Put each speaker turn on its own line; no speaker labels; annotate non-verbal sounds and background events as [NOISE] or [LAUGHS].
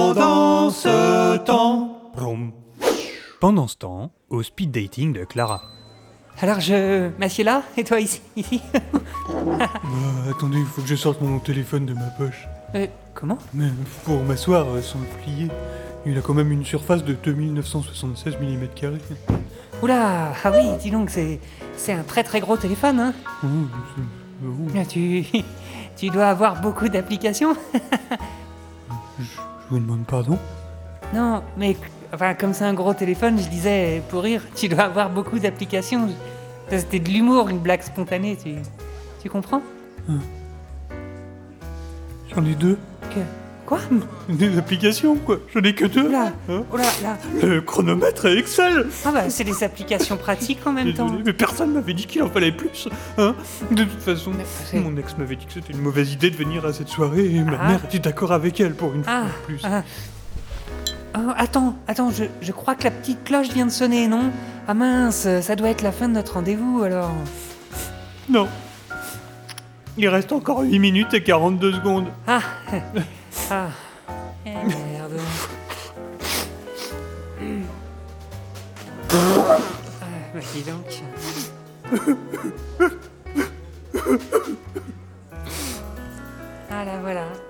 Pendant ce temps.
Vroom. Pendant ce temps, au speed dating de Clara.
Alors je m'assieds là et toi ici, ici.
Bah, attendez, il faut que je sorte mon téléphone de ma poche.
Euh, comment
Mais pour m'asseoir euh, sans le plier, il a quand même une surface de 2976 mm.
Oula, ah oui, dis donc, c'est, c'est un très très gros téléphone, hein
Bah,
Ah, Tu, [LAUGHS] tu dois avoir beaucoup d'applications
Je vous demande pardon
Non, mais enfin, comme c'est un gros téléphone, je disais pour rire, tu dois avoir beaucoup d'applications. Ça, C'était de l'humour, une blague spontanée, tu, tu comprends
J'en ai deux.
que, Quoi
Des applications, quoi. J'en ai que deux.
Oula,
Hein
oula, là
Le chronomètre et Excel
Ah bah, c'est des applications pratiques en même temps.
Désolé, mais personne m'avait dit qu'il en fallait plus. Hein de toute façon,
c'est-
mon ex m'avait dit que c'était une mauvaise idée de venir à cette soirée et ma
Ah.
mère était d'accord avec elle pour une fois
Ah,
de plus.
ah. Oh, attends, attends, je, je crois que la petite cloche vient de sonner, non Ah mince, ça doit être la fin de notre rendez-vous alors.
Non. Il reste encore 8 minutes et 42 secondes.
Ah Ah Eh, Merde. Ah, bah dis donc. Ah là voilà.